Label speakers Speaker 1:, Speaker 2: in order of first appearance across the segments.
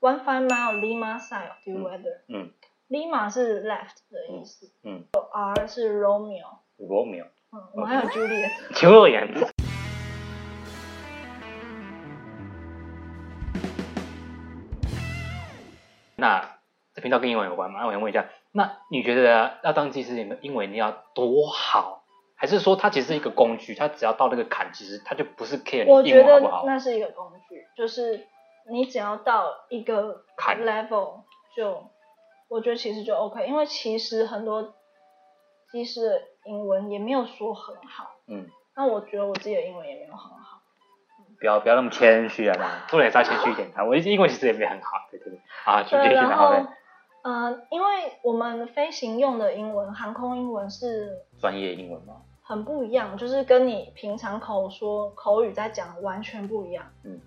Speaker 1: One five mile Lima side of the
Speaker 2: 嗯
Speaker 1: weather。
Speaker 2: 嗯
Speaker 1: Lima 是 left 的意思。
Speaker 2: 嗯
Speaker 1: ，R 是 Romeo。
Speaker 2: ，Romeo，
Speaker 1: 嗯，我们
Speaker 2: 哦
Speaker 1: 还有 Juliet。
Speaker 2: Julian，那这频道跟英文有关吗？那我想问一下，那你觉得要当技师，你们英文一定要多好，还是说它其实是一个工具？它只要到那个坎，其实它就不是 care
Speaker 1: 我
Speaker 2: 你英
Speaker 1: 觉
Speaker 2: 文好
Speaker 1: 得
Speaker 2: 不好？
Speaker 1: 那是一个工具，就是你只要到一个
Speaker 2: 坎
Speaker 1: level 就，我觉得其实就 OK，因为其实很多技师的英文也没有说很好。
Speaker 2: 嗯，
Speaker 1: 那我觉得我自己的英文也没有很好。
Speaker 2: 不要不要那么谦虚啊，做人也是要谦虚一点啊。我英文其实也没很好，对对对，啊，举例
Speaker 1: 对，然
Speaker 2: 然后
Speaker 1: 后
Speaker 2: 呢，
Speaker 1: 呃，因为我们飞行用的英文，航空英文是
Speaker 2: 专业英文吗？
Speaker 1: 很不一样，就是跟你平常口说口语在讲完全不一样。
Speaker 2: 嗯，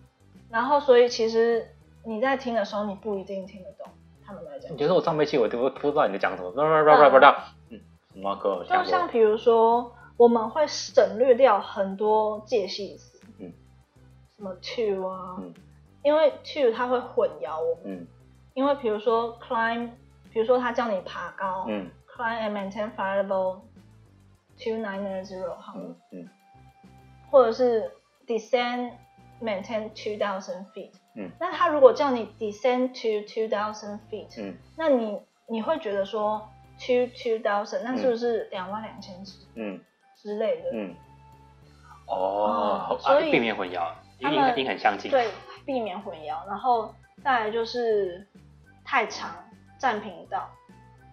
Speaker 1: 然后所以其实你在听的时候，你不一定听得懂他们在讲
Speaker 2: 你。觉得我上辈子我都我不知道你在讲什么，叭叭叭叭叭叭，嗯，什么歌？我
Speaker 1: 就
Speaker 2: 想
Speaker 1: 像
Speaker 2: 过，
Speaker 1: 比如说，我们会省略掉很多介系词，
Speaker 2: 嗯，
Speaker 1: 什么 to 啊，
Speaker 2: 嗯
Speaker 1: 因为 to 它会混淆我们。
Speaker 2: 嗯
Speaker 1: 因为比如说 climb，比如说他叫你爬高，
Speaker 2: 嗯
Speaker 1: climb and maintain flight level two nine zero 好了，
Speaker 2: 嗯嗯
Speaker 1: 或者是 descend maintain two thousand feet。
Speaker 2: 嗯，
Speaker 1: 那他如果叫你 descend to two thousand feet，、
Speaker 2: 嗯
Speaker 1: 那你你会觉得说 two two thousand，那是不是两万两千尺
Speaker 2: 嗯
Speaker 1: 之类的？
Speaker 2: 嗯，哦，
Speaker 1: 所以
Speaker 2: 啊避免混淆，
Speaker 1: 他
Speaker 2: 音
Speaker 1: 们
Speaker 2: 音音很相近，
Speaker 1: 对，避免混淆。然后再来就是太长占频道，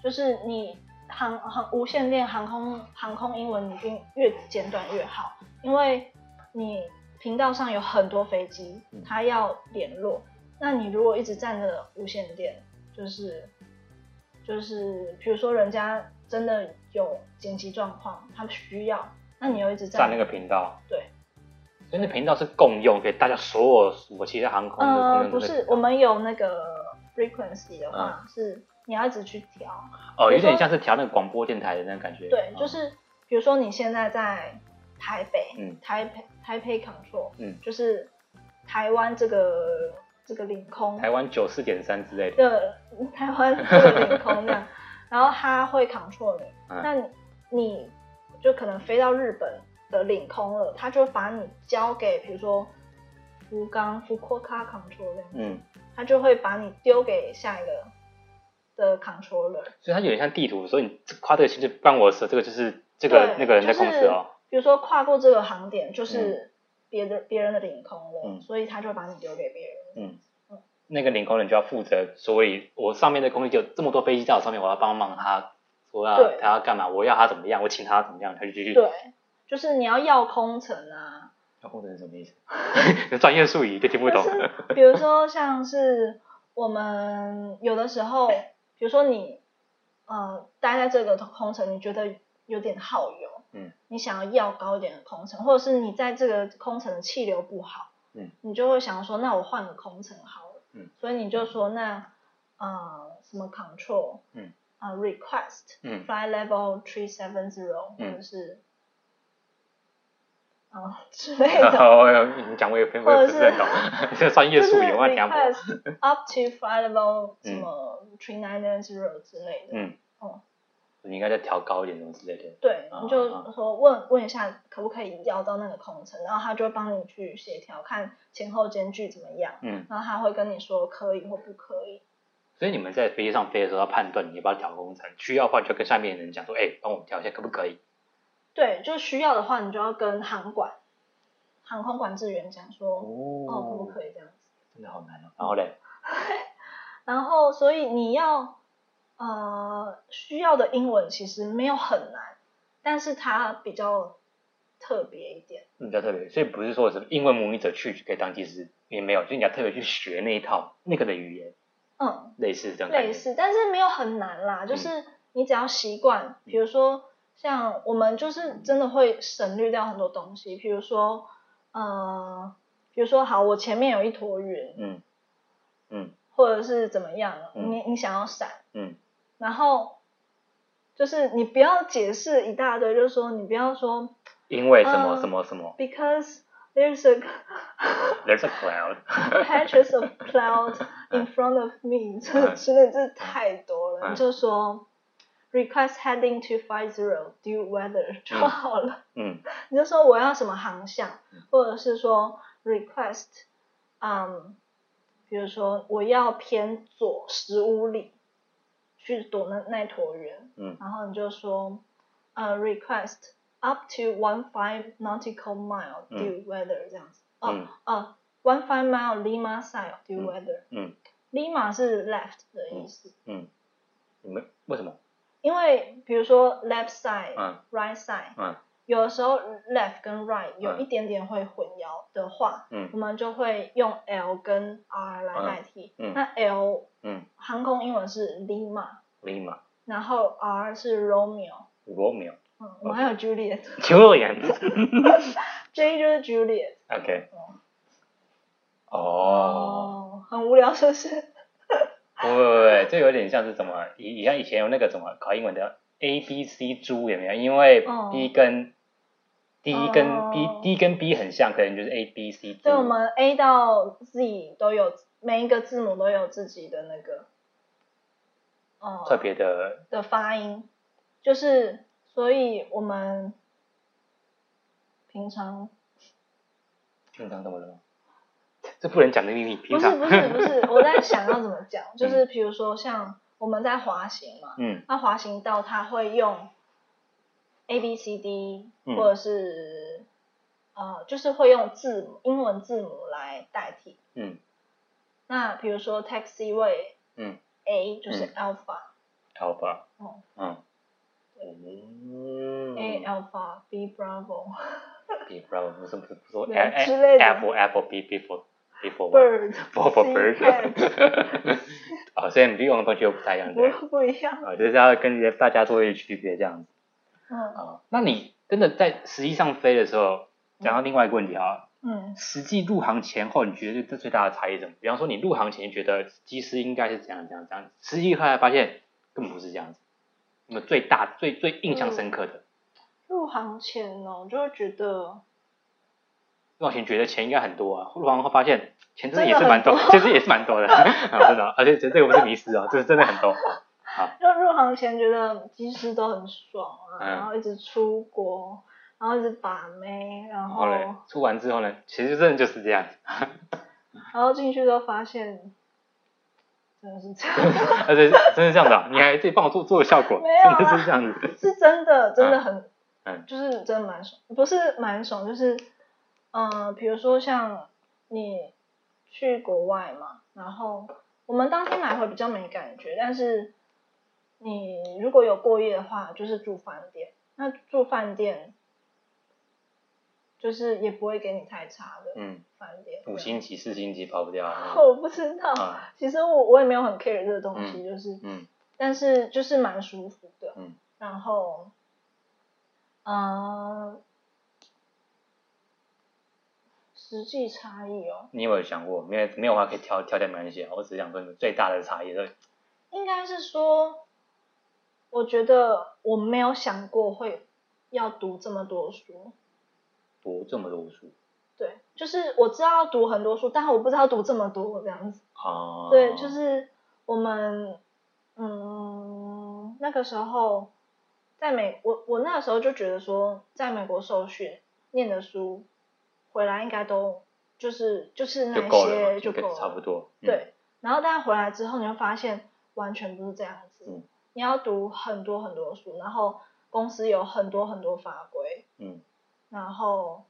Speaker 1: 就是你航航无线电航空航空英文一定越简短越好，因为你频道上有很多飞机
Speaker 2: 嗯，
Speaker 1: 它要联络。那你如果一直站着无线电，就是就是，比如说人家真的有紧急状况，他需要，那你又一直
Speaker 2: 占那个频道，
Speaker 1: 对，
Speaker 2: 所以那频道是共用给大家所有我其他航空的那
Speaker 1: 呃，
Speaker 2: 个，
Speaker 1: 不是，我们有那个 frequency 的话，
Speaker 2: 嗯
Speaker 1: 是你要一直去调。
Speaker 2: 哦，有
Speaker 1: 比如说
Speaker 2: 点像是调那个广播电台的那种感觉，
Speaker 1: 对，
Speaker 2: 哦
Speaker 1: 就是比如说你现在在台北，
Speaker 2: 嗯
Speaker 1: 台北台北 control，
Speaker 2: 嗯
Speaker 1: 就是台湾这个这个领空
Speaker 2: 台湾九四点三之类的，
Speaker 1: 的台湾这个领空这样， 然后它会 control 你，
Speaker 2: 嗯
Speaker 1: 那你你就可能飞到日本的领空了，它就把你交给比如说福冈福库卡 control 这样。
Speaker 2: 嗯，
Speaker 1: 他就会把你丢给下一个的 controller。
Speaker 2: 所以它有点像地图，所以你跨这个区就办我的时候，这个就是这个
Speaker 1: 对
Speaker 2: 那个人在控制
Speaker 1: 就是
Speaker 2: 哦，
Speaker 1: 比如说跨过这个航点，就是别的、别人的领空了，
Speaker 2: 嗯
Speaker 1: 所以他就把你丢给别人。
Speaker 2: 那个领空人就要负责，所以我上面的空域就这么多飞机在我上面，我要帮忙他，我要
Speaker 1: 对
Speaker 2: 他要干嘛，我要他怎么样，我请他怎么样，他就继续。
Speaker 1: 对，就是你要要空层啊，
Speaker 2: 那或者是什么意思？ 专业术语就听不懂
Speaker 1: 就。是比如说像是我们有的时候，比如说你呃待在这个空层，你觉得有点耗油，
Speaker 2: 嗯，
Speaker 1: 你想要要高一点的空层，或者是你在这个空层的气流不好，
Speaker 2: 嗯，
Speaker 1: 你就会想说，那我换个空层好了，
Speaker 2: 嗯，
Speaker 1: 所以你就说那呃什么 control，
Speaker 2: 嗯，
Speaker 1: 啊、request
Speaker 2: 嗯
Speaker 1: fly level three seven zero，
Speaker 2: 嗯
Speaker 1: 或者是啊、呃之类的，
Speaker 2: 哦，你讲我也不我也不是很懂， 这专业
Speaker 1: 就是
Speaker 2: 术语我讲不懂。
Speaker 1: request up to flight level
Speaker 2: 啊 嗯
Speaker 1: 什么 three nine nine zero 之类的，
Speaker 2: 嗯，
Speaker 1: 哦，
Speaker 2: 你应该再调高一点什么之类的。
Speaker 1: 对
Speaker 2: 啊，
Speaker 1: 你就说问问一下可不可以要到那个空层，然后他就会帮你去协调，看前后间距怎么样，
Speaker 2: 嗯，
Speaker 1: 然后他会跟你说可以或不可以。
Speaker 2: 所以你们在飞机上飞的时候要判断你要不要调工程，需要的话就跟下面的人讲说，哎、帮我调一下可不可以？
Speaker 1: 对，就需要的话，你就要跟航管、航空管制员讲
Speaker 2: 哦
Speaker 1: 说，哦，可不可以这样子？
Speaker 2: 真的好难哦。然后嘞，
Speaker 1: 然后，所以你要呃需要的英文其实没有很难，但是它比较特别一点。
Speaker 2: 比较特别，所以不是说什么英文母语者去可以当技师，也没有，就是你要特别去学那一套那个的语言，
Speaker 1: 嗯，
Speaker 2: 类似这样
Speaker 1: 类似，但是没有很难啦，就是你只要习惯，比如说像我们就是真的会省略掉很多东西，比如说呃，比如说好，我前面有一坨云，
Speaker 2: 嗯嗯
Speaker 1: 或者是怎么样，
Speaker 2: 嗯
Speaker 1: 你你想要闪，
Speaker 2: 嗯
Speaker 1: 然后就是你不要解释一大堆，就是说你不要说。
Speaker 2: 因为什么、
Speaker 1: 嗯
Speaker 2: 什么什么
Speaker 1: because there's a
Speaker 2: ，there's a cloud，
Speaker 1: patches of cloud in front of me，这真的这太多了。你就说 request heading to five zero due weather 就好了。
Speaker 2: 嗯
Speaker 1: 你就说我要什么航向
Speaker 2: 嗯，
Speaker 1: 或者是说 request，嗯，比如说我要偏左十五里去躲那那坨云，
Speaker 2: 嗯
Speaker 1: 然后你就说呃 request up to one five nautical mile
Speaker 2: 嗯
Speaker 1: due weather、这样子，哦、
Speaker 2: 嗯
Speaker 1: 呃 one five mile Lima side due
Speaker 2: 嗯
Speaker 1: weather，
Speaker 2: 嗯
Speaker 1: ，Lima 是 left 的意思，
Speaker 2: 嗯，你们为什么？
Speaker 1: 因为比如说 left side、
Speaker 2: 嗯
Speaker 1: right side。
Speaker 2: 嗯
Speaker 1: 有的时候 left 跟 right 有
Speaker 2: 嗯
Speaker 1: 一点点会混淆的话，我
Speaker 2: 嗯
Speaker 1: 们就会用 L 跟 R 来代替。
Speaker 2: 嗯嗯
Speaker 1: 那 L
Speaker 2: 嗯
Speaker 1: 航空英文是 Lima，
Speaker 2: ，Lima
Speaker 1: 然后 R 是 Romeo，
Speaker 2: Romeo
Speaker 1: 嗯，我们还有 Juliet，J
Speaker 2: Julian，OK，
Speaker 1: 就是 Juliet。
Speaker 2: 哦，嗯
Speaker 1: 很无聊是不是？
Speaker 2: 不不不，不这有点像是什么？以以像以前有那个什么考英文的 A B C 猪有没有？因为
Speaker 1: 哦
Speaker 2: B 跟 D 跟 B、
Speaker 1: 哦
Speaker 2: D 跟 B 很像，可能就是 A B C 猪。
Speaker 1: 所以我们 A 到 Z 都有，每一个字母都有自己的那个，哦、
Speaker 2: 特别的
Speaker 1: 的发音，就是所以我们平常
Speaker 2: 平常怎么了？这不能讲的秘密。
Speaker 1: 不
Speaker 2: 平
Speaker 1: 是
Speaker 2: 常
Speaker 1: 不是不是，我在想要怎么 讲，就是比如说像我们在滑行嘛，
Speaker 2: 嗯
Speaker 1: 那滑行道它会用 A B C D
Speaker 2: 嗯
Speaker 1: 或者是、呃，就是会用字母英文字母来代替。
Speaker 2: 嗯
Speaker 1: 那比如说 taxiway
Speaker 2: 嗯
Speaker 1: A 就是
Speaker 2: 嗯
Speaker 1: alpha、
Speaker 2: ，Alpha。
Speaker 1: 哦
Speaker 2: 嗯。嗯
Speaker 1: A alpha B bravo
Speaker 2: B Bravo 不是不是不是说
Speaker 1: 对
Speaker 2: A- A-
Speaker 1: 之类的
Speaker 2: Apple Apple B B for B for what？
Speaker 1: bird
Speaker 2: for for
Speaker 1: C
Speaker 2: bird
Speaker 1: cat。
Speaker 2: 哦，所以你们用的东西又不太一样，对。
Speaker 1: 不不一样，
Speaker 2: 啊，就是要跟大家做一些区别这样子
Speaker 1: 嗯
Speaker 2: 啊。那你真的在实际上飞的时候，讲到另外一个问题啊，
Speaker 1: 嗯，
Speaker 2: 实际入行前后，你觉得这最大的差异是什么？比方说你入行前觉得机师应该是怎样怎样怎样，实际后来发现根本不是这样子。那么最大最最印象深刻的，
Speaker 1: 入行前呢，我就会觉得
Speaker 2: 入行前觉得钱应该很多啊，入行后发现钱真的也
Speaker 1: 真
Speaker 2: 是
Speaker 1: 的
Speaker 2: 蛮
Speaker 1: 很
Speaker 2: 多，
Speaker 1: 多
Speaker 2: 其实也是蛮 多的，啊，真的啊，而且这这个不是迷失哦，这是真的很多啊。
Speaker 1: 就入行前觉得技师都很爽啊，
Speaker 2: 嗯
Speaker 1: 然后一直出国，然后一直把妹，然
Speaker 2: 然
Speaker 1: 后
Speaker 2: 后呢，出完之后呢，其实真的就是这样子，
Speaker 1: 然后进去都发现真的是这样，
Speaker 2: 而且呃真的这样子、啊，你还自己帮我做做效果，
Speaker 1: 没有啊
Speaker 2: 真的是这样子。
Speaker 1: 是真的，真的很，
Speaker 2: 嗯
Speaker 1: 就是真的蛮爽，不是蛮爽，就是嗯、呃比如说像你去国外嘛，然后我们当天来回比较没感觉，但是你如果有过夜的话，就是住饭店，那住饭店。就是也不会给你太差的，
Speaker 2: 嗯，
Speaker 1: 饭店。
Speaker 2: 五星级、四星级跑不掉啊。
Speaker 1: 我不知道，
Speaker 2: 啊，
Speaker 1: 其实我我也没有很 care 这个东西，就是，
Speaker 2: 嗯
Speaker 1: 但是就是蛮舒服的。
Speaker 2: 嗯
Speaker 1: 然后，呃，实际差异哦，
Speaker 2: 你有没有想过，没有没有话可以挑挑点关系啊？我只是想说，你最大的差异是，
Speaker 1: 应该是说，我觉得我没有想过会要读这么多书。
Speaker 2: 读这么多书
Speaker 1: 对，就是我知道要读很多书，但我不知道读这么多这样子。
Speaker 2: 啊。
Speaker 1: 对，就是我们，嗯，那个时候在美，我我那个时候就觉得说，在美国受训念的书，回来应该都就是就是那
Speaker 2: 就够了嘛，
Speaker 1: 些就够
Speaker 2: 应该差不多。嗯，
Speaker 1: 对，然后但回来之后，你会发现完全不是这样子，
Speaker 2: 嗯
Speaker 1: 你要读很多很多书，然后公司有很多很多法规，
Speaker 2: 嗯
Speaker 1: 然后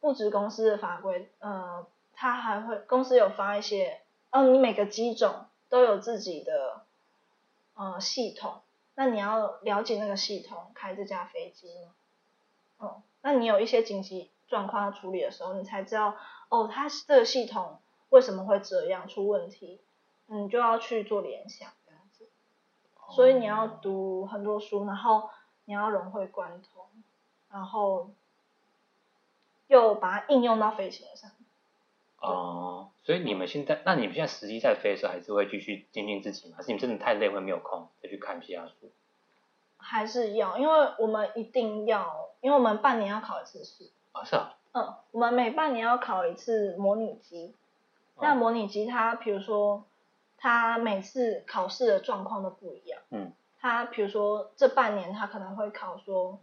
Speaker 1: 不止公司的法规，呃，它还会公司有发一些，哦，你每个机种都有自己的呃系统，那你要了解那个系统，开这架飞机嘛，哦，那你有一些紧急状况要处理的时候，你才知道哦，它这个系统为什么会这样出问题，嗯你就要去做联想这样子，所以你要
Speaker 2: 哦
Speaker 1: 读很多书，然后你要融会贯通，然后又把它应用到飞行上。
Speaker 2: 哦。所以你们现在，那你们现在实际在飞的时候，还是会继续精进自己吗？还是你们真的太累会没有空再去看其他书？
Speaker 1: 还是要，因为我们一定要，因为我们半年要考一次试，
Speaker 2: 啊，是啊，
Speaker 1: 嗯，我们每半年要考一次模拟机。
Speaker 2: 哦
Speaker 1: 那模拟机它，比如说他每次考试的状况都不一样。
Speaker 2: 嗯，
Speaker 1: 他比如说这半年他可能会考说，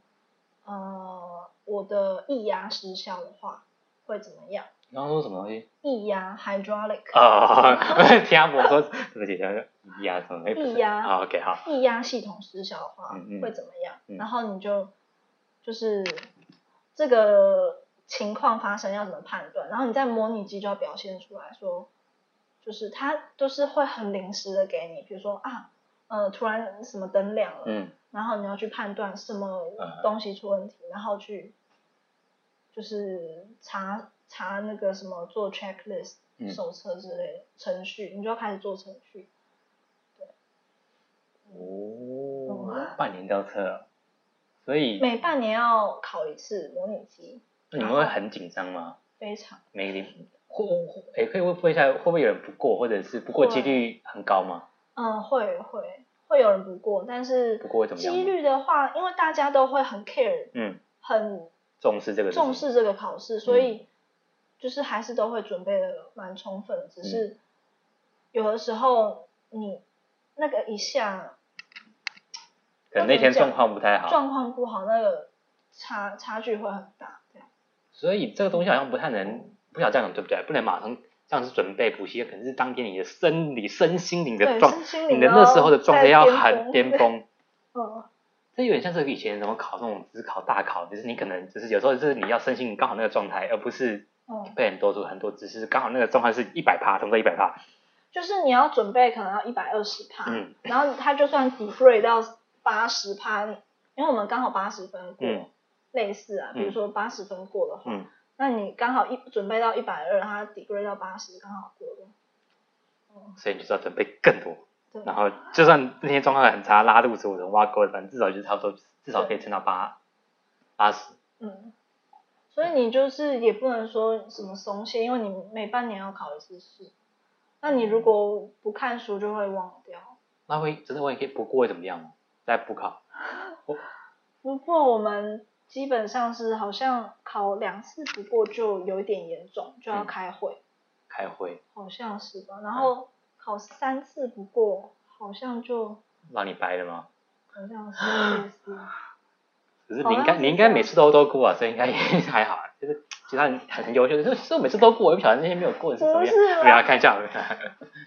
Speaker 1: 呃，我的液压失效的话会怎么样？
Speaker 2: 你刚刚说什么东西？
Speaker 1: 液压 hydraulic，、
Speaker 2: 啊、听阿伯说怎么解决一呀什么？ 哎，不
Speaker 1: 液
Speaker 2: 是
Speaker 1: 压
Speaker 2: 啊，OK，好，
Speaker 1: 液压系统失效的话
Speaker 2: 嗯嗯
Speaker 1: 会怎么样？
Speaker 2: 嗯
Speaker 1: 然后你就就是这个情况发生要怎么判断，然后你在模拟机就要表现出来说，就是它都是会很临时的给你，比如说啊，呃，突然什么灯亮了，
Speaker 2: 嗯，
Speaker 1: 然后你要去判断什么东西出问题，然后去就是查查那个什么做 checklist
Speaker 2: 嗯
Speaker 1: 手册之类的、程序，你就要开始做程序。
Speaker 2: 哦，半年交车了，所以
Speaker 1: 每半年要考一次模拟机，
Speaker 2: 那你们会很紧张吗？
Speaker 1: 非常
Speaker 2: 每个礼会哎，可以问一下，会不会有人不过，或者是不过
Speaker 1: 会
Speaker 2: 几率很高吗？
Speaker 1: 嗯会会会有人不过，但是
Speaker 2: 不过会怎么样呢
Speaker 1: 几率的话，因为大家都会很 care，
Speaker 2: 嗯，
Speaker 1: 很
Speaker 2: 重视这个事情
Speaker 1: 重，视这个考试，所
Speaker 2: 嗯
Speaker 1: 以就是还是都会准备的蛮充分的，只
Speaker 2: 嗯
Speaker 1: 是有的时候你那个一下
Speaker 2: 可能那
Speaker 1: 要
Speaker 2: 天
Speaker 1: 怎么
Speaker 2: 状
Speaker 1: 讲
Speaker 2: 况不太好，
Speaker 1: 状况不好，那个差差距会很大。这样
Speaker 2: 所以这个东西好像不太能，不晓得这样讲对不对？不能马上这样子准备补习，可能是当天你的生理、身心灵的
Speaker 1: 对，
Speaker 2: 状，
Speaker 1: 身心
Speaker 2: 你
Speaker 1: 灵
Speaker 2: 的那时候的状态要 很
Speaker 1: 巅
Speaker 2: 巅。峰。
Speaker 1: 嗯，
Speaker 2: 这有点像是以前什么考那种只考大考，就是你可能就是有时候就是你要身心灵刚好那个状态，而不是
Speaker 1: 嗯
Speaker 2: 被很多出很多知识，刚好那个状态是一百趴，什么叫一百趴？
Speaker 1: 就是你要准备可能要一百二十趴，
Speaker 2: 嗯
Speaker 1: 然后他就算 degrade 到八十趴，因为我们刚好八十分过，
Speaker 2: 嗯
Speaker 1: 类似啊，比如说八十分过的话，
Speaker 2: 嗯，
Speaker 1: 那你刚好一准备到一百二，他 degrade 到八十，刚好过了。
Speaker 2: 所以你就是要准备更多，
Speaker 1: 对，
Speaker 2: 然后就算那些状况很差，拉肚子、我能挖沟，反正至少就是差不多，至少可以撑到八八十。
Speaker 1: 嗯，所以你就是也不能说什么松懈，因为你每半年要考一次试。那你如果不看书就会忘掉。
Speaker 2: 那会真的会可以不过会怎么样吗？再补考？
Speaker 1: 不过我们基本上是好像考两次不过就有一点严重，就
Speaker 2: 嗯
Speaker 1: 要开会，
Speaker 2: 开会，
Speaker 1: 好像是吧？然后考三次不过，好像就
Speaker 2: 让你掰了吗？
Speaker 1: 好像是类 似。
Speaker 2: 可是你应
Speaker 1: 好啊
Speaker 2: 该
Speaker 1: 像是
Speaker 2: 你应该每次都都过啊，所以应该也还好啊。就是其他人很很优秀，就是是我每次都过，我也不晓得那些没有过的是怎么
Speaker 1: 不是
Speaker 2: 样。
Speaker 1: 啦
Speaker 2: 对啊，看一下，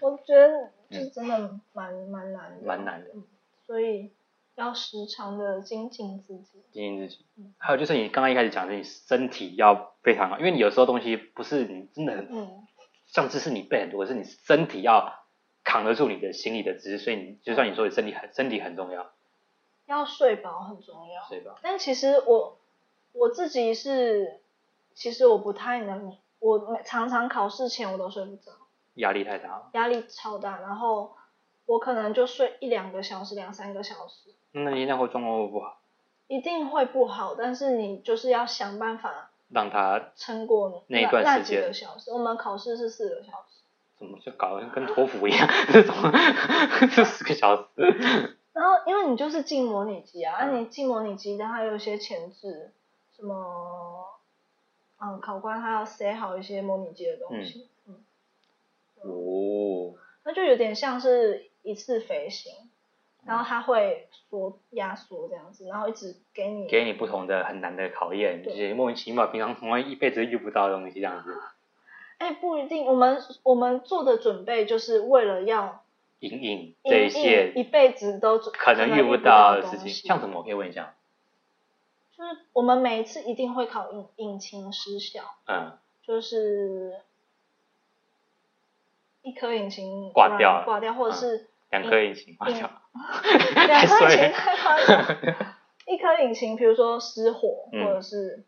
Speaker 1: 我觉得就真的蛮蛮难的，
Speaker 2: 嗯蛮难的，
Speaker 1: 嗯，所以要时常的精进自己。
Speaker 2: 今天自己
Speaker 1: 嗯。
Speaker 2: 还有就是你刚刚一开始讲的，你身体要非常好，因为你有时候东西不是你真的很
Speaker 1: 嗯，
Speaker 2: 像知识你背很多，可是你身体要扛得住你的心理的知识，所以你就像你说的身体很身体很重要，
Speaker 1: 要睡饱很重要。
Speaker 2: 对吧？
Speaker 1: 但其实我我自己是，其实我不太能，我每常常考试前我都睡不着，
Speaker 2: 压力太大了。
Speaker 1: 压力超大，然后我可能就睡一两个小时、两三个小时，
Speaker 2: 那你那会状况会不好，
Speaker 1: 一定会不好。但是你就是要想办法
Speaker 2: 让他
Speaker 1: 撑过
Speaker 2: 那一段时
Speaker 1: 那几
Speaker 2: 间
Speaker 1: 个小时。我们考试是四个小时。
Speaker 2: 怎么就搞得跟托福一样，这种 这十个小时。
Speaker 1: 然后因为你就是进模拟机啊，
Speaker 2: 嗯
Speaker 1: 那、你进模拟机，但它有一些前置，什么，嗯，考官他要塞好一些模拟机的东西，嗯
Speaker 2: 哦，
Speaker 1: 那就有点像是一次飞行，然后它会缩压缩这样子，然后一直给你，
Speaker 2: 给你不同的很难的考验，就
Speaker 1: 对
Speaker 2: 是莫名其妙，平常从来一辈子遇不到的东西，这样子
Speaker 1: 哎，不一定，我们我们做的准备就是为了要
Speaker 2: 隐隐
Speaker 1: 因
Speaker 2: 这一
Speaker 1: 应一
Speaker 2: 些
Speaker 1: 辈子都准
Speaker 2: 可能
Speaker 1: 能
Speaker 2: 遇不到的
Speaker 1: 东
Speaker 2: 事情，
Speaker 1: 西
Speaker 2: 像什么？我可以问一下，
Speaker 1: 就是我们每一次一定会考引引擎失效。
Speaker 2: 嗯，
Speaker 1: 就是一颗引擎
Speaker 2: 挂掉了嗯
Speaker 1: 挂掉，或者是
Speaker 2: 两颗引擎
Speaker 1: 嗯
Speaker 2: 挂掉，
Speaker 1: 两颗 引
Speaker 2: 衰
Speaker 1: 擎
Speaker 2: 了
Speaker 1: 太夸张， 一颗引擎比如说失火，
Speaker 2: 嗯
Speaker 1: 或者是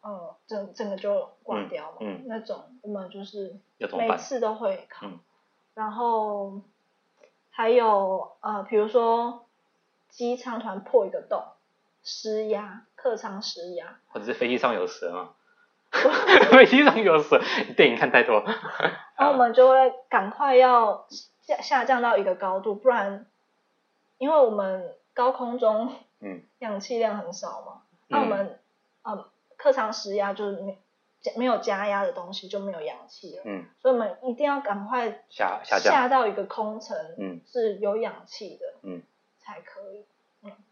Speaker 1: 呃整整个就挂掉嘛，
Speaker 2: 嗯嗯
Speaker 1: 那种我们就是
Speaker 2: 要怎么
Speaker 1: 每
Speaker 2: 办？
Speaker 1: 次都会考，
Speaker 2: 嗯
Speaker 1: 然后还有呃比如说机舱团破一个洞，失压，客舱失压，
Speaker 2: 或者是飞机上有蛇 吗？飞机上有蛇，电影看太多，
Speaker 1: 然后我们就会赶快要下下降到一个高度，不然，因为我们高空中
Speaker 2: 嗯
Speaker 1: 氧气量很少嘛，那我们呃客舱施压就是没没有加压的东西就没有氧气了，
Speaker 2: 嗯，
Speaker 1: 所以我们一定要赶快
Speaker 2: 下下降，
Speaker 1: 到一个空层，
Speaker 2: 嗯，
Speaker 1: 是有氧气的，
Speaker 2: 嗯，
Speaker 1: 才可以。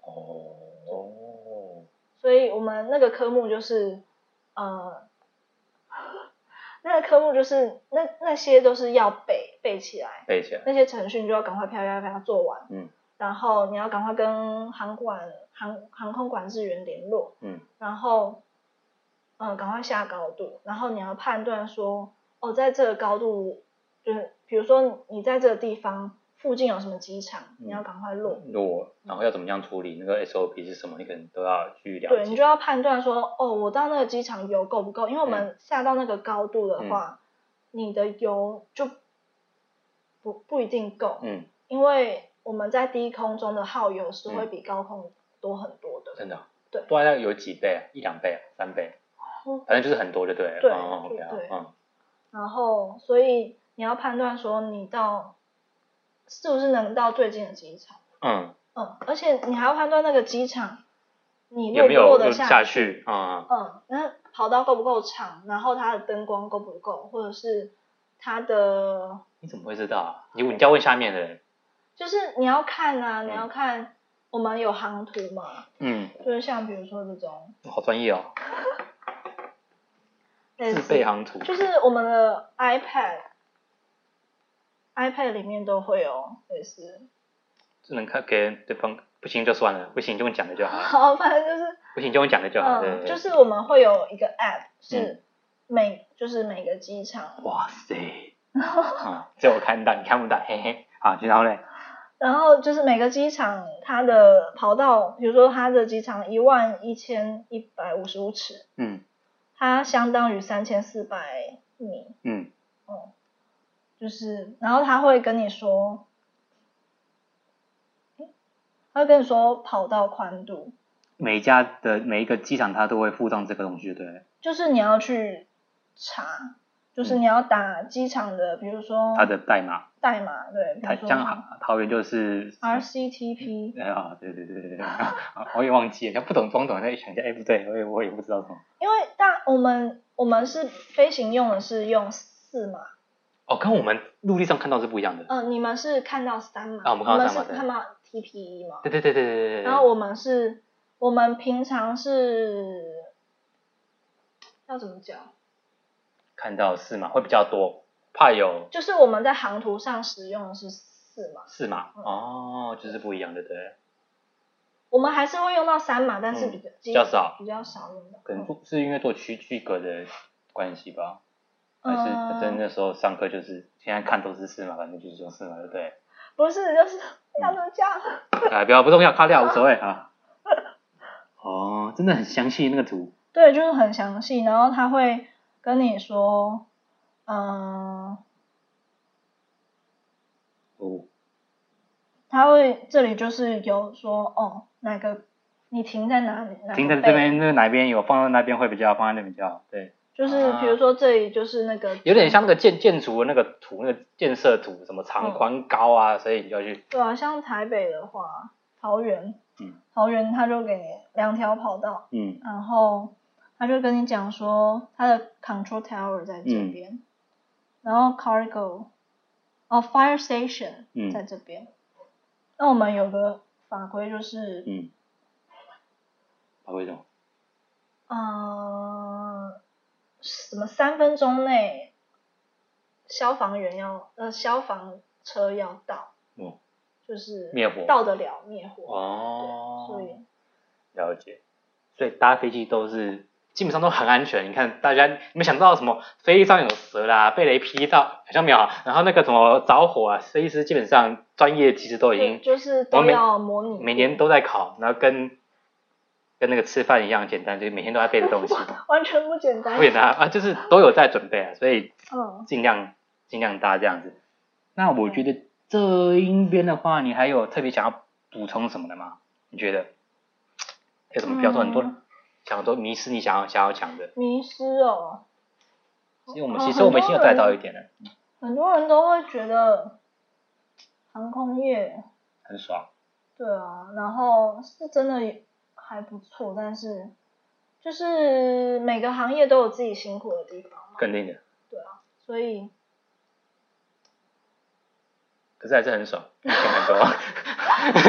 Speaker 2: 哦，
Speaker 1: 所以我们那个科目就是，呃， 那个科目就是那那些都是要背背起来，
Speaker 2: 背起来，
Speaker 1: 那些程序你就要赶快啪啪啪啪做完，
Speaker 2: 嗯，
Speaker 1: 然后你要赶快跟航管航航空管制员联络，
Speaker 2: 嗯，
Speaker 1: 然后，嗯、赶快下高度，然后你要判断说，哦，在这个高度，就是比如说你在这个地方附近有什么机场，
Speaker 2: 嗯
Speaker 1: 你要赶快落，
Speaker 2: 如果然后要怎么样处理那个 SOP 是什么，你可能都要去了
Speaker 1: 对你
Speaker 2: 解，
Speaker 1: 就要判断说，哦，我到那个机场油够不够，因为我们
Speaker 2: 嗯
Speaker 1: 下到那个高度的话，你的油就不不一定够，
Speaker 2: 嗯，
Speaker 1: 因为我们在低空中的耗油是会比高空多很多的。
Speaker 2: 嗯真的啊，
Speaker 1: 对
Speaker 2: 大概有几倍啊，一两倍啊，三倍
Speaker 1: 嗯，
Speaker 2: 反正就是很多就对了，
Speaker 1: 对
Speaker 2: 哦
Speaker 1: 对
Speaker 2: ，OK 啊
Speaker 1: 对
Speaker 2: 嗯，
Speaker 1: 然后，所以你要判断说你到是不是能到最近的机场，
Speaker 2: 嗯，
Speaker 1: 嗯，而且你还要判断那个机场你落
Speaker 2: 有
Speaker 1: 不
Speaker 2: 没有
Speaker 1: 落
Speaker 2: 就
Speaker 1: 得
Speaker 2: 下
Speaker 1: 去，
Speaker 2: 去啊？嗯
Speaker 1: 嗯，那跑道够不够长，然后它的灯光够不够，或者是它的，
Speaker 2: 你怎么会知道啊？你你就要问下面的人，
Speaker 1: 就是你要看啊，你要看我们有航图嘛，
Speaker 2: 嗯，
Speaker 1: 就是像比如说这种
Speaker 2: 好专业哦，
Speaker 1: 类
Speaker 2: 自
Speaker 1: 似
Speaker 2: 备航图，
Speaker 1: 就是我们的 iPad。iPad 里面都会有，类似，
Speaker 2: 只能看给对方不行就算了，不行就用讲的就好 了，
Speaker 1: 好，反正就是
Speaker 2: 不行就用讲的就好了，啊对
Speaker 1: 啊嗯，
Speaker 2: 对嗯
Speaker 1: 就
Speaker 2: 对。
Speaker 1: 是我们会有一个 app，是每、就是每个机场，
Speaker 2: 哇 塞！啊，这我看到，你看不到，嘿嘿。好，然后嘞，
Speaker 1: 然后就是每个机场它的跑道，比如说它的机场一万一千一百五十五尺，
Speaker 2: 嗯
Speaker 1: 它相当于三千四百米，
Speaker 2: 嗯，
Speaker 1: 就是然后他会跟你说，他会跟你说跑道宽度，
Speaker 2: 每一家的每一个机场它都会附上这个东西，对不对？
Speaker 1: 就是你要去查。就是你要打机场的，比如说
Speaker 2: 嗯它的代码，
Speaker 1: 代码，对，比
Speaker 2: 它
Speaker 1: 嗯如说啊
Speaker 2: 像桃桃园就是，
Speaker 1: RCTP，
Speaker 2: 哎呀，对对对对对，啊我也忘记了，他不懂装懂，在想一下，哎，不对，我也我也不知道什么。
Speaker 1: 因为大我们我们是飞行用的是用四码，
Speaker 2: 哦，跟我们陆地上看到是不一样的。
Speaker 1: 嗯、你们是看到三码，
Speaker 2: 啊我们看到三码
Speaker 1: 你们是看到 TPE 嘛，
Speaker 2: 对对对对对对对。
Speaker 1: 然后我们是，我们平常是要怎么讲？
Speaker 2: 看到四码会比较多，怕有
Speaker 1: 就是我们在航图上使用的是四码，
Speaker 2: 四码
Speaker 1: 嗯
Speaker 2: 哦，就是不一样的，对不对，
Speaker 1: 我们还是会用到三码，但是比较、
Speaker 2: 嗯比较少，
Speaker 1: 比较少用到，
Speaker 2: 可能
Speaker 1: 嗯
Speaker 2: 做是因为做区距隔的关系吧。还是反正
Speaker 1: 嗯，
Speaker 2: 那时候上课就是现在看都是四嘛，反正就是用四嘛，对不对？
Speaker 1: 不是就是要怎么讲？
Speaker 2: 啊，不要不重要，卡掉无所 谓哈。哦，真的很详细那个图，
Speaker 1: 对，就是很详细，然后他会跟你说，嗯。
Speaker 2: 哦，
Speaker 1: 他会这里就是有说哦，哪个你停在哪里，哪个
Speaker 2: 停在
Speaker 1: 背
Speaker 2: 这，边，那哪边有放到那边会比较好，放在那边比较好，对，
Speaker 1: 就是
Speaker 2: 啊
Speaker 1: 比如说这里就是那个
Speaker 2: 有点像那个建建筑的那个图，那个建设图，什么长
Speaker 1: 嗯
Speaker 2: 宽高啊，所以你就要去，
Speaker 1: 对啊，像台北的话，桃园，
Speaker 2: 嗯
Speaker 1: 桃园他就给你两条跑道，
Speaker 2: 嗯
Speaker 1: 然后他就跟你讲说他的 control tower 在
Speaker 2: 嗯
Speaker 1: 这边，然后 cargo，哦 fire station
Speaker 2: 嗯
Speaker 1: 在这边，那我们有个法规就是
Speaker 2: 嗯，啊，为什么？
Speaker 1: 呃，什么三分钟内消防员要呃消防车要到，
Speaker 2: 嗯，
Speaker 1: 就是
Speaker 2: 灭火
Speaker 1: 到得了灭火，
Speaker 2: 哦，
Speaker 1: 所以
Speaker 2: 了解，所以搭飞机都是基本上都很安全。你看大家，你们想到什么飞机上有蛇啦，被雷劈到，好像没有啊。然后那个什么着火啊，飞机师基本上专业其实都已
Speaker 1: 对
Speaker 2: 经
Speaker 1: 就是
Speaker 2: 我
Speaker 1: 都
Speaker 2: 每
Speaker 1: 要模拟过，
Speaker 2: 每年都在考，然后跟跟那个吃饭一样简单，就是每天都在背的 东西，
Speaker 1: 完全不简单，
Speaker 2: 不简单啊，就是都有在准备啊，所以
Speaker 1: 嗯，
Speaker 2: 尽量尽量搭这样子。那我觉得这一边的话，你还有特别想要补充什么的吗？你觉得有什么？比方说很多
Speaker 1: 嗯
Speaker 2: 想都迷失你想要想要讲的，
Speaker 1: 迷失哦，
Speaker 2: 因为我们
Speaker 1: 哦
Speaker 2: 其实我们已经有带到一点了，
Speaker 1: 很多人都会觉得航空业
Speaker 2: 很爽。
Speaker 1: 对啊，然后是真的还不错，但是。就是每个行业都有自己辛苦的地方嘛，
Speaker 2: 肯定的，
Speaker 1: 所以
Speaker 2: 可是还是很爽，因为钱 很多。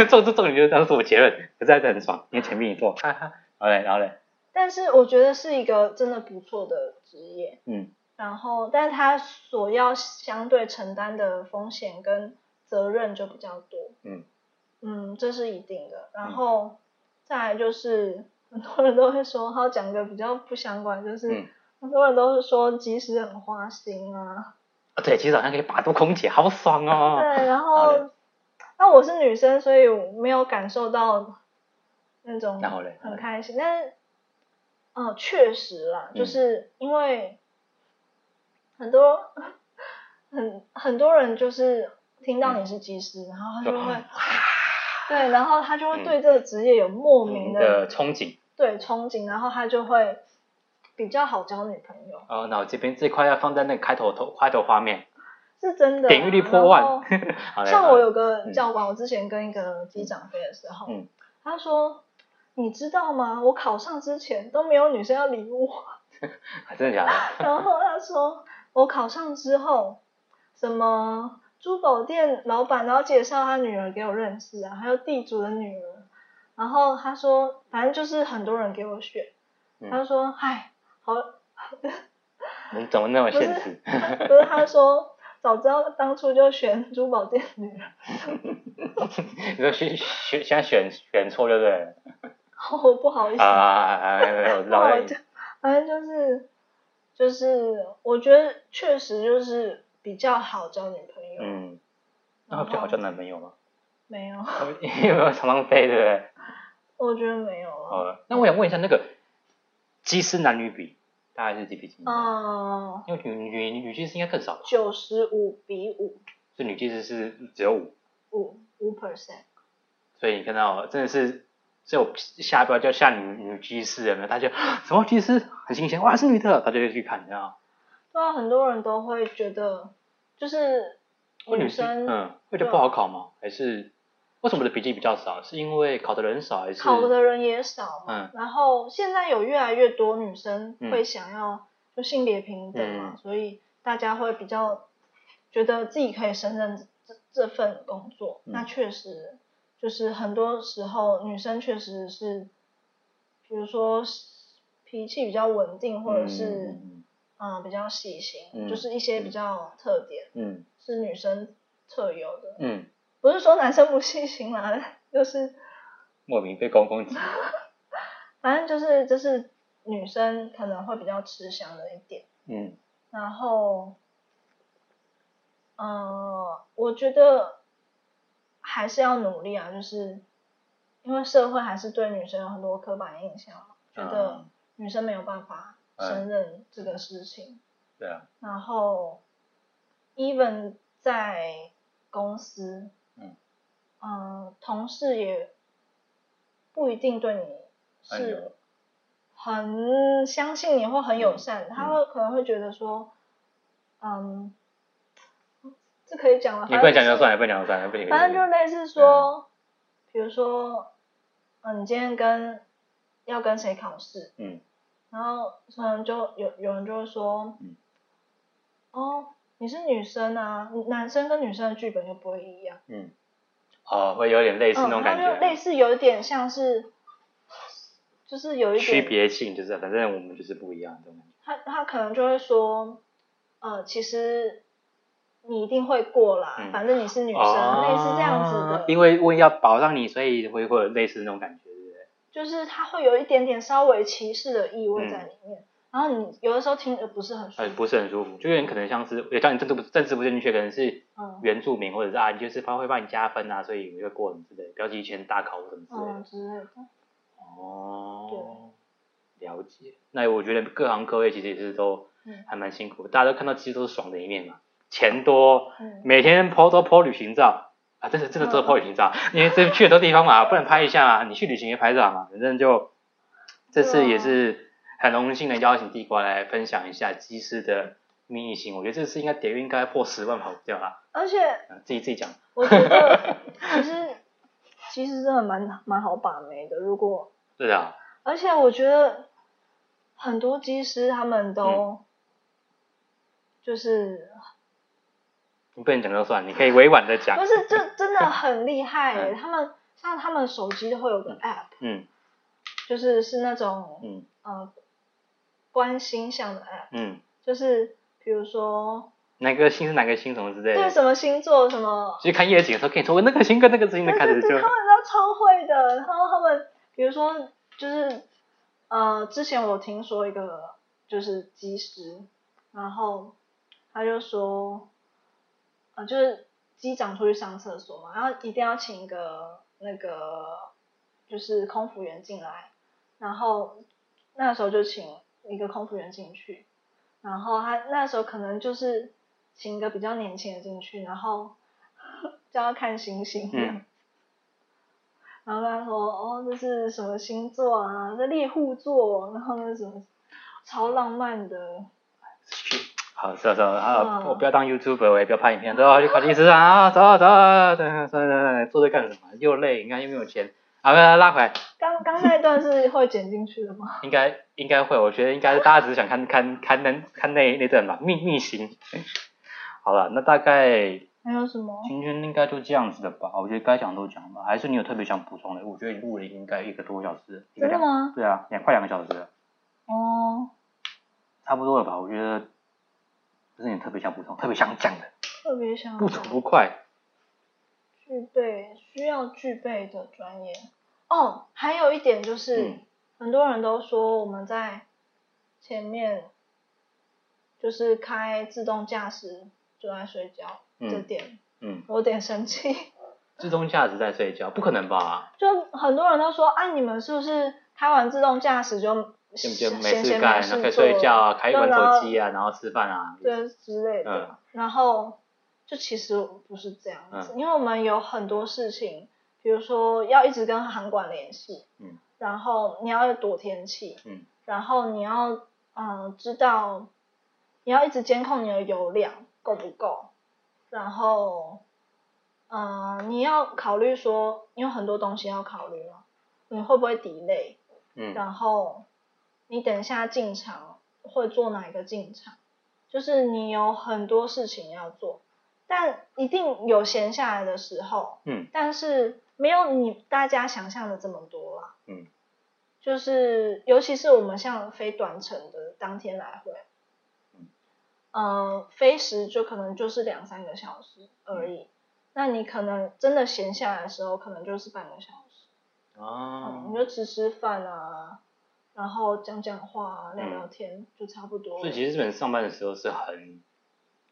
Speaker 2: 重重重点就是当时我结论，可是还是很爽，因为钱比你多，哈哈。好嘞，然后嘞，
Speaker 1: 但是我觉得是一个真的不错的职业，
Speaker 2: 嗯，
Speaker 1: 然后但是他所要相对承担的风险跟责任就比较多，
Speaker 2: 嗯
Speaker 1: 嗯，这是一定的。然后、再来就是很多人都会说，他讲个比较不相关，就是、
Speaker 2: 嗯
Speaker 1: 很多人都是说即使很花心啊，
Speaker 2: 啊对，其实好像可以把住空姐，好爽哦。
Speaker 1: 对，然
Speaker 2: 好嘞
Speaker 1: 后那我是女生，所以我没有感受到那种
Speaker 2: 然后嘞，然
Speaker 1: 很
Speaker 2: 后嘞
Speaker 1: 开心，但是，呃，确实啦，
Speaker 2: 嗯
Speaker 1: 就是因为很多很很多人就是听到你是技师，然后他就会
Speaker 2: 嗯就啊
Speaker 1: 对，然后他就会
Speaker 2: 嗯
Speaker 1: 对这个职业有莫名
Speaker 2: 你
Speaker 1: 的、
Speaker 2: 的憧憬
Speaker 1: 对憧憬，然后他就会比较好交女朋友，
Speaker 2: 哦，那我这边这块要放在那个开头头开头画面，
Speaker 1: 是真的啊。
Speaker 2: 点阅率破
Speaker 1: 然
Speaker 2: 万
Speaker 1: 后。
Speaker 2: 好嘞，
Speaker 1: 像
Speaker 2: 好
Speaker 1: 我
Speaker 2: 嘞
Speaker 1: 有个
Speaker 2: 嗯
Speaker 1: 教官，我之前跟一个机长飞的时候，
Speaker 2: 嗯
Speaker 1: 他说：“你知道吗？我考上之前都没有女生要理我。”
Speaker 2: 啊真的假的？
Speaker 1: 然后他说我考上之后，什么珠宝店老板，然后介绍他女儿给我认识啊，还有地主的女儿。然后他说，反正就是很多人给我选。
Speaker 2: 嗯
Speaker 1: 他说，唉，好，
Speaker 2: 你怎么那么
Speaker 1: 不
Speaker 2: 现
Speaker 1: 是
Speaker 2: 实？
Speaker 1: 不是，他说早知道当初就选珠宝店女儿，
Speaker 2: 你说选选现在选选错对不对了？
Speaker 1: 我不好意思，
Speaker 2: 啊啊啊！啊我知
Speaker 1: 不
Speaker 2: 道
Speaker 1: 好
Speaker 2: 了
Speaker 1: 意。思，反正就是就是，我觉得确实就是比较好交女朋友，
Speaker 2: 嗯，那会比较好交男朋友吗？
Speaker 1: 没有，
Speaker 2: 因为我常常飞，对不对？
Speaker 1: 我觉得没有啊。
Speaker 2: 好了，那我想问一下，那个机师男女比大概是几比几？
Speaker 1: 嗯，
Speaker 2: 因为女女女技师应该更少吧？
Speaker 1: 九十五比五
Speaker 2: 所以女技师是只有五，
Speaker 1: 五五 percent，
Speaker 2: 所以你看到真的是只有下标叫下女女技师有没有？大家 什么技师很新鲜哇，是女的，他就会去看，你知道吗？
Speaker 1: 对啊，很多人都会觉得就是
Speaker 2: 会
Speaker 1: 女
Speaker 2: 技
Speaker 1: 生
Speaker 2: 嗯，会觉得
Speaker 1: 对啊
Speaker 2: 不好考吗？还是为什么我的笔记比较少？是因为考的人少还是？
Speaker 1: 考的人也少嘛
Speaker 2: 嗯，
Speaker 1: 然后现在有越来越多女生
Speaker 2: 嗯
Speaker 1: 会想要就性别平等嘛，
Speaker 2: 嗯
Speaker 1: 所以大家会比较觉得自己可以胜任这这份工作，
Speaker 2: 嗯
Speaker 1: 那确实就是很多时候女生确实是，比如说脾气比较稳定，或者是。
Speaker 2: 嗯
Speaker 1: 嗯，比较细心，
Speaker 2: 嗯
Speaker 1: 就是一些比较特点、
Speaker 2: 嗯
Speaker 1: 是女生特有的，
Speaker 2: 嗯，
Speaker 1: 不是说男生不细心啦， 就是
Speaker 2: 莫名被公 攻击。
Speaker 1: 反正就是这是女生可能会比较吃香的一点。
Speaker 2: 嗯
Speaker 1: 然后，呃，我觉得还是要努力啊，就是因为社会还是对女生有很多刻板印象嘛，觉得
Speaker 2: 嗯哎
Speaker 1: 女生没有办法胜任这个事情。
Speaker 2: 对啊，
Speaker 1: 然后，even 在公司，
Speaker 2: 嗯
Speaker 1: 呃，同事也不一定对你
Speaker 2: 哎呦
Speaker 1: 是很相信你或很友善，
Speaker 2: 嗯
Speaker 1: 他会可能会觉得说，嗯，这可以讲吗？
Speaker 2: 你不能讲
Speaker 1: 反正
Speaker 2: 就算了，不能讲就算了，不行。
Speaker 1: 反正
Speaker 2: 不
Speaker 1: 就
Speaker 2: 行
Speaker 1: 类似说，比如说，嗯、你今天跟要跟谁考试，
Speaker 2: 嗯，
Speaker 1: 然后可能就有有人就会说，
Speaker 2: 嗯
Speaker 1: 哦，你是女生啊，男生跟女生的剧本又不会一样，
Speaker 2: 嗯，哦，会有点类似那种
Speaker 1: 嗯，
Speaker 2: 感
Speaker 1: 然后就类
Speaker 2: 觉，
Speaker 1: 似有一点像是，就是有一
Speaker 2: 区
Speaker 1: 点，
Speaker 2: 别性就是，反正我们就是不一样这种感觉。
Speaker 1: 他他可能就会说，呃，其实你一定会过啦，
Speaker 2: 嗯
Speaker 1: 反正你是女生，类似这样子的
Speaker 2: 哦，因为为要保障你，所以会会有类似那种感觉，对不对？
Speaker 1: 就是它会有一点点稍微歧视的意味在里面，然后你有的时候听着不是很舒
Speaker 2: 呃，
Speaker 1: 服，
Speaker 2: 嗯不是很舒服，就有点可能像是，也叫你政治不政治不正确，可能是
Speaker 1: 嗯
Speaker 2: 原住民，或者是啊，你就是他会帮你加分啊，所以你会过你之类的，标记前大考或什么之类的
Speaker 1: 嗯。之类的，
Speaker 2: 哦，了解。那我觉得各行各业其实也是都
Speaker 1: 嗯
Speaker 2: 还蛮辛苦，大家都看到其实都是爽的一面嘛，钱多，
Speaker 1: 嗯，
Speaker 2: 每天 po 都 po 旅行照啊，真的真的都 po 旅行照，因为这去很多地方嘛，不能拍一下嘛，你去旅行也拍照嘛，反正就这次也是很荣幸的邀请地瓜来分享一下机师的秘密行，我觉得这次应该点阅应该破十万跑不掉啦，
Speaker 1: 而且
Speaker 2: 啊自己自己讲，
Speaker 1: 我觉得其实其实真的蛮蛮好把妹的，如果
Speaker 2: 对的啊，
Speaker 1: 而且我觉得很多机师他们都
Speaker 2: 嗯
Speaker 1: 就是
Speaker 2: 你不能讲就算，你可以委婉的讲
Speaker 1: 不。是这真的很厉害耶、
Speaker 2: 嗯
Speaker 1: 他们像他们手机都会有个 app，
Speaker 2: 嗯
Speaker 1: 就是是那种
Speaker 2: 嗯
Speaker 1: 呃观星象的 app，
Speaker 2: 嗯，
Speaker 1: 就是比如说
Speaker 2: 哪个星是哪个星什么之类
Speaker 1: 对
Speaker 2: 的。
Speaker 1: 什么星座什么
Speaker 2: 其实看夜景的时候，可以从那个星跟那个星的开始
Speaker 1: 对
Speaker 2: 就
Speaker 1: 对对，他们都超会的。然后他们比如说就是呃，之前我听说一个就是机师，然后他就说，呃，就是机长出去上厕所嘛，然后一定要请一个那个就是空服员进来，然后那时候就请一个空服员进去，然后他那时候可能就是请一个比较年轻的进去，然后 叫他看星星，
Speaker 2: 嗯
Speaker 1: 然后他说哦这是什么星座啊，这猎户座，然后那什么超浪漫的，
Speaker 2: 好，算了算了，啊
Speaker 1: 嗯
Speaker 2: 我不要当 YouTuber，我也不要拍影片，都要去考律师啊，啊走啊走啊，走啊算了算了，做这干什么？又累，你看又没有钱，啊，不要拉回来，
Speaker 1: 刚刚那一段是会剪进去的吗？
Speaker 2: 应该应该会，我觉得应该是大家只是想看看看那看那那阵吧，逆逆行。 好了，那大概
Speaker 1: 还有什么？
Speaker 2: 今天应该就这样子了吧？我觉得该讲都讲了，还是你有特别想补充的？我觉得你录了应该一个多小时，一个
Speaker 1: 真的
Speaker 2: 两，
Speaker 1: 吗？
Speaker 2: 对啊，两快两个小时了，
Speaker 1: 哦，
Speaker 2: 差不多了吧？我觉得这是你特别想补充、特别想讲的，
Speaker 1: 特别想
Speaker 2: 不吐不快。
Speaker 1: 具备需要具备的专业。哦，还有一点就是，
Speaker 2: 嗯
Speaker 1: 很多人都说我们在前面就是开自动驾驶就在睡觉，
Speaker 2: 嗯
Speaker 1: 这点
Speaker 2: 嗯，
Speaker 1: 我有点生气。
Speaker 2: 自动驾驶在睡觉，不可能吧？
Speaker 1: 就很多人都说，啊，你们是不是开完自动驾驶就
Speaker 2: 就
Speaker 1: 闲
Speaker 2: 就
Speaker 1: 闲没
Speaker 2: 没事干，然后可
Speaker 1: 做
Speaker 2: 以睡觉啊，开玩
Speaker 1: 然后
Speaker 2: 手机啊，然后吃饭啊。
Speaker 1: 对之类的。
Speaker 2: 嗯
Speaker 1: 然后就其实不是这样子，因为我们有很多事情，比如说要一直跟航管联系，
Speaker 2: 嗯，
Speaker 1: 然后你要躲天气，
Speaker 2: 嗯，
Speaker 1: 然后你要嗯、呃知道你要一直监控你的油量够不够，然后嗯、呃你要考虑说你有很多东西要考虑嘛，你会不会 delay，
Speaker 2: 嗯
Speaker 1: 然后你等一下进场会做哪一个进场，就是你有很多事情要做，但一定有闲下来的时候，
Speaker 2: 嗯，
Speaker 1: 但是没有你大家想象的这么多啦，
Speaker 2: 嗯，
Speaker 1: 就是尤其是我们像飞短程的当天来回，
Speaker 2: 嗯
Speaker 1: 呃，飞时就可能就是两三个小时而
Speaker 2: 嗯
Speaker 1: 已，那你可能真的闲下来的时候，可能就是半个小时。嗯，你
Speaker 2: 哦，
Speaker 1: 就吃吃饭啊，然后讲讲话啊，聊聊天、就差不多了。
Speaker 2: 嗯所以其实日本人上班的时候是很，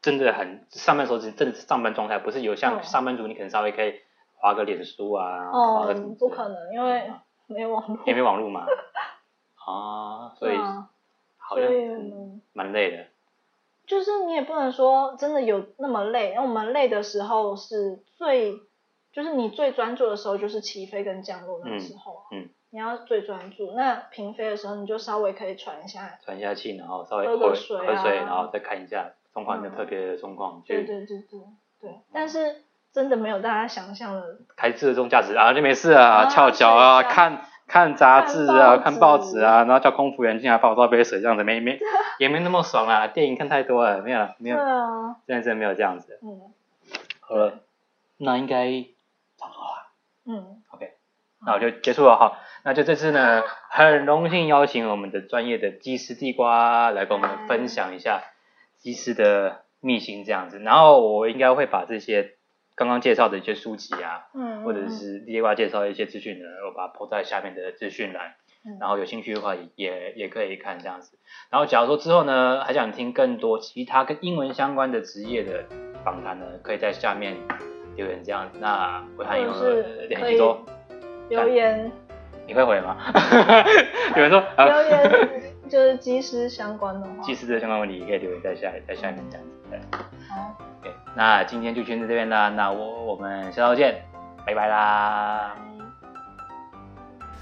Speaker 2: 真的很上班的时候是真的是上班状态，不是有像
Speaker 1: 嗯
Speaker 2: 上班族你可能稍微可以划个脸书啊，划
Speaker 1: 哦
Speaker 2: 个什么，之
Speaker 1: 不
Speaker 2: 类的嗯
Speaker 1: 可能，因为没网络。
Speaker 2: 也没 网络嘛。啊，所以
Speaker 1: 对啊
Speaker 2: 好
Speaker 1: 所
Speaker 2: 像
Speaker 1: 以我
Speaker 2: 嗯
Speaker 1: 们
Speaker 2: 蛮累的。
Speaker 1: 就是你也不能说真的有那么累，因为我们累的时候是最，就是你最专注的时候就是起飞跟降落那个时候啊、
Speaker 2: 嗯嗯
Speaker 1: 你要最专注。那平飞的时候你就稍微可以喘一下，
Speaker 2: 喘一下气，然后稍微
Speaker 1: 喝
Speaker 2: 喝
Speaker 1: 个
Speaker 2: 喝
Speaker 1: 水
Speaker 2: 水，
Speaker 1: 啊
Speaker 2: 然后再看一下状况有没有
Speaker 1: 嗯
Speaker 2: 特别的状况，
Speaker 1: 对
Speaker 2: 去
Speaker 1: 对对对
Speaker 2: 嗯
Speaker 1: 对。但是真的没有大家想象的
Speaker 2: 开自动驾驶啊，就没事啊，
Speaker 1: 啊
Speaker 2: 翘脚啊，
Speaker 1: 睡觉
Speaker 2: 看看杂志啊，
Speaker 1: 看报纸
Speaker 2: 看报纸啊，然后叫空服员进来帮我倒杯水，这样子没没也没那么爽啊。电影看太多了，没有了没
Speaker 1: 对
Speaker 2: 有，
Speaker 1: 啊，
Speaker 2: 现在真的没有这样子。
Speaker 1: 嗯
Speaker 2: 好了，那应该差不多了。
Speaker 1: 嗯，
Speaker 2: OK，那我就结束了哈。那就这次呢，很荣幸邀请我们的专业的鸡丝地瓜来跟
Speaker 1: 嗯
Speaker 2: 我们分享一下鸡丝的秘辛这样子。然后我应该会把这些刚刚介绍的一些书籍啊，
Speaker 1: 嗯，
Speaker 2: 或者是地瓜介绍的一些资讯呢，我把它抛在下面的资讯栏。
Speaker 1: 嗯
Speaker 2: 然后有兴趣的话也也也可以看这样子。然后假如说之后呢，还想听更多其他跟英文相关的职业的访谈呢，可以在下面留言这样。那我
Speaker 1: 或
Speaker 2: 看有
Speaker 1: 者是
Speaker 2: 两
Speaker 1: 可
Speaker 2: 集
Speaker 1: 以
Speaker 2: 多。
Speaker 1: 留言
Speaker 2: 你 会回吗？有人说
Speaker 1: 留
Speaker 2: 啊，
Speaker 1: 言就是及时相关的话。
Speaker 2: 技师的相关问题也可以留言在下在下面这样子。对
Speaker 1: 好，
Speaker 2: OK，那今天就先到这边啦，那我我们下周见，拜拜啦。